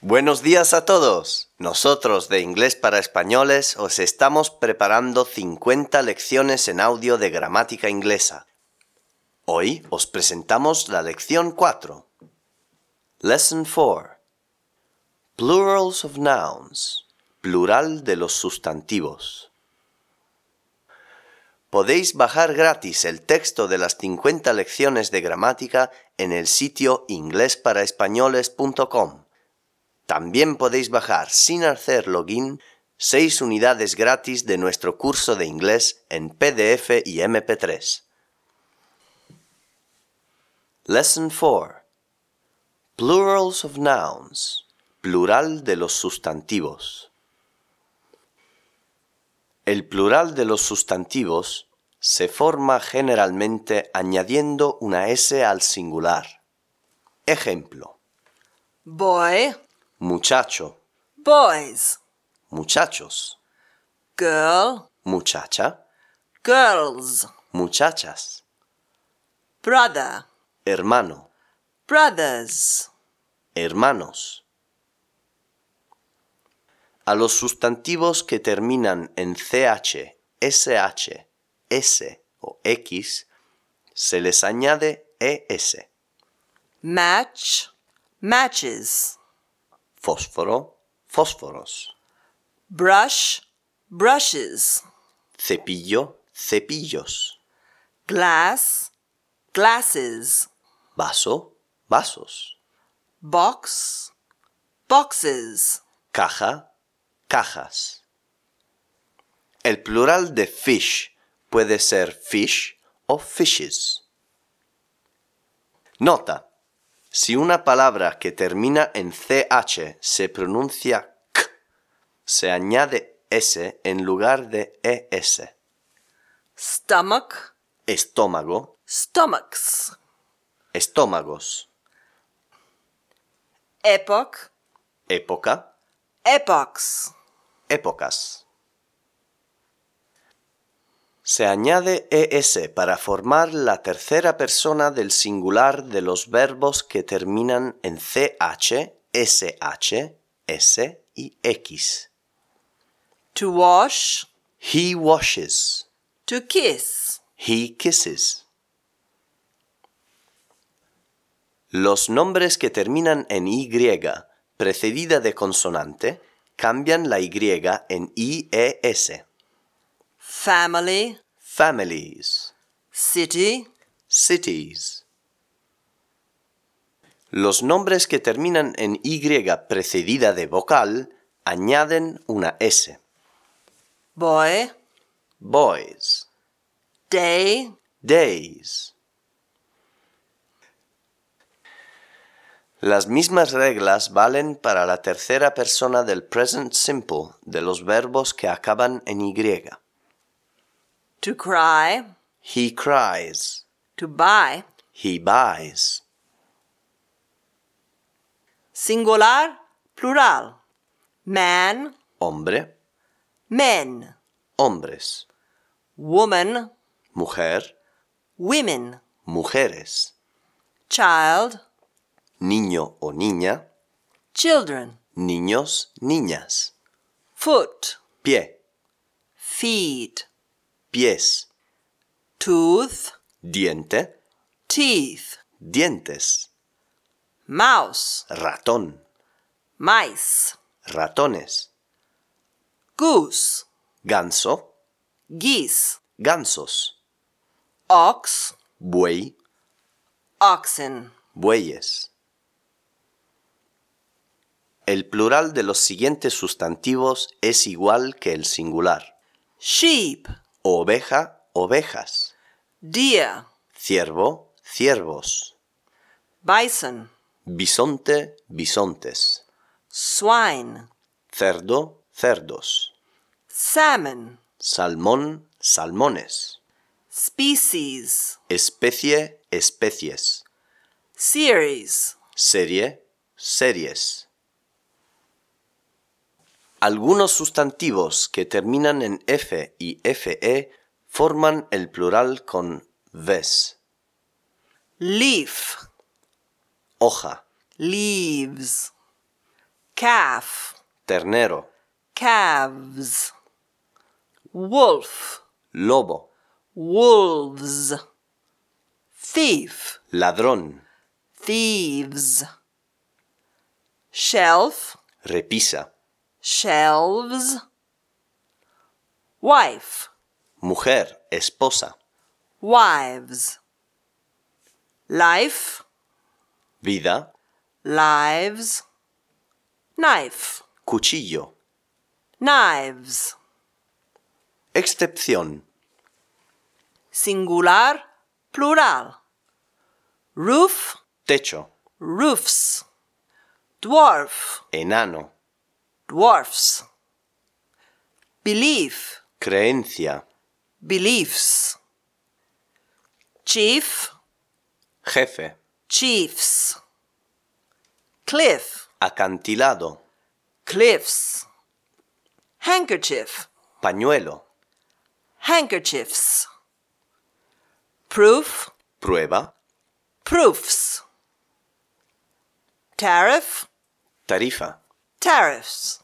Buenos días a todos. Nosotros de Inglés para Españoles os estamos preparando 50 lecciones en audio de gramática inglesa. Hoy os presentamos la lección 4. Lesson 4. Plurals of nouns. Plural de los sustantivos. Podéis bajar gratis el texto de las 50 lecciones de gramática en el sitio inglesparaespañoles.com. También podéis bajar sin hacer login 6 unidades gratis de nuestro curso de inglés en PDF y MP3. Lesson 4. Plurals of nouns. Plural de los sustantivos. El plural de los sustantivos se forma generalmente añadiendo una S al singular. Ejemplo. Boy, Muchacho, boys. muchachos, Girl, muchacha, girls. muchachas, Brother, hermano, brothers. hermanos. A los sustantivos que terminan en ch, sh, s o x se les añade E es, Match, matches. fósforo, fósforos, Brush, brushes. cepillo, cepillos, Glass, glasses. vaso, vasos, Box, boxes. caja, cajas. El plural de fish puede ser fish o fishes. Nota. Si una palabra que termina en ch se pronuncia k, se añade s en lugar de E es. Stomach, Estómago, stomachs. estómagos. Epoch, Época, epochs. épocas. Se añade es para formar la tercera persona del singular de los verbos que terminan en ch, sh, s y x. To wash, He washes. to kiss. He kisses. Los nombres que terminan en y, precedida de consonante, cambian la y en E ies. Family, families, city, cities. Los nombres que terminan en Y precedida de vocal añaden una S. boy, Boys, day, days. Las mismas reglas valen para la tercera persona del present simple de los verbos que acaban en Y. to cry, He cries. to buy. He buys. Singular, plural. Man, Hombre, men. hombres. Woman, Mujer, women. mujeres, Child, niño o niña, children. niños, niñas, Foot, pie, feet. pies, Tooth, diente, teeth. dientes, Mouse, ratón, mice. ratones, Goose, ganso, geese. gansos, Ox, buey, oxen. bueyes. El plural de los siguientes sustantivos es igual que el singular. Sheep, Oveja, ovejas. deer. Ciervo, ciervos. Bison, Bisonte, bisontes. swine. cerdo, cerdos, Salmon, salmón, salmones, species. especie, especies, Series, serie, series. Algunos sustantivos que terminan en f y fe forman el plural con ves, leaf. hoja, leaves, calf, ternero, calves, wolf, lobo, wolves, thief, ladrón, thieves, shelf, repisa, shelves, wife, mujer, esposa, wives, life, vida, lives, knife, cuchillo, knives, excepción, singular, plural, roof, techo, roofs, dwarf, enano, dwarfs, belief, creencia, beliefs, chief, jefe, chiefs, cliff, acantilado, cliffs, handkerchief, pañuelo, handkerchiefs. Proof, prueba, proofs. Tariff, tarifa. tariffs.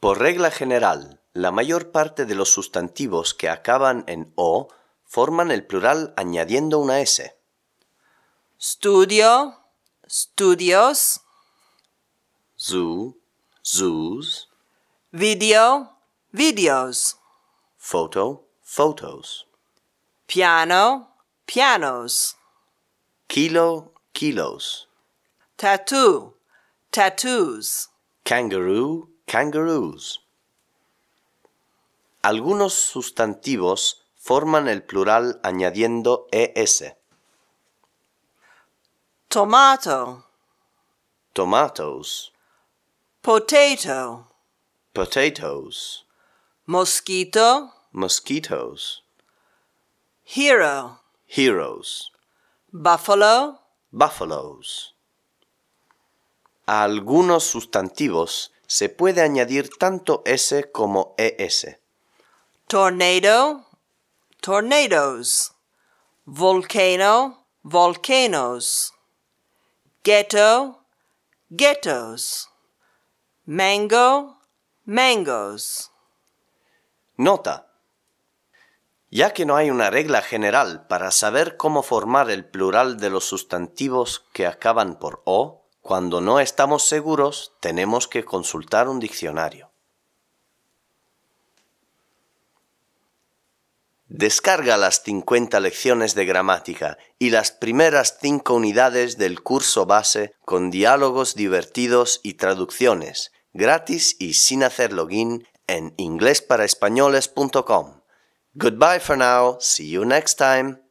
Por regla general, la mayor parte de los sustantivos que acaban en o forman el plural añadiendo una s. Studio, studios. Zoo, zoos, Video, videos. photo, photos. Piano, pianos. Kilo, kilos. Tattoo, tattoos. Kangaroo, kangaroos. Algunos sustantivos forman el plural añadiendo E es. Tomato, Tomatoes, potato. potatoes, Mosquito, mosquitoes, hero. heroes. Buffalo, Buffaloes. A algunos sustantivos se puede añadir tanto S como E ES. tornado, tornadoes, volcano, volcanoes, ghetto, ghettos, mango, mangoes. Nota. Ya que no hay una regla general para saber cómo formar el plural de los sustantivos que acaban por O, cuando no estamos seguros tenemos que consultar un diccionario. Descarga las 50 lecciones de gramática y las primeras 5 unidades del curso base con diálogos divertidos y traducciones, gratis y sin hacer login en inglesparaespañoles.com. Goodbye for now, see you next time.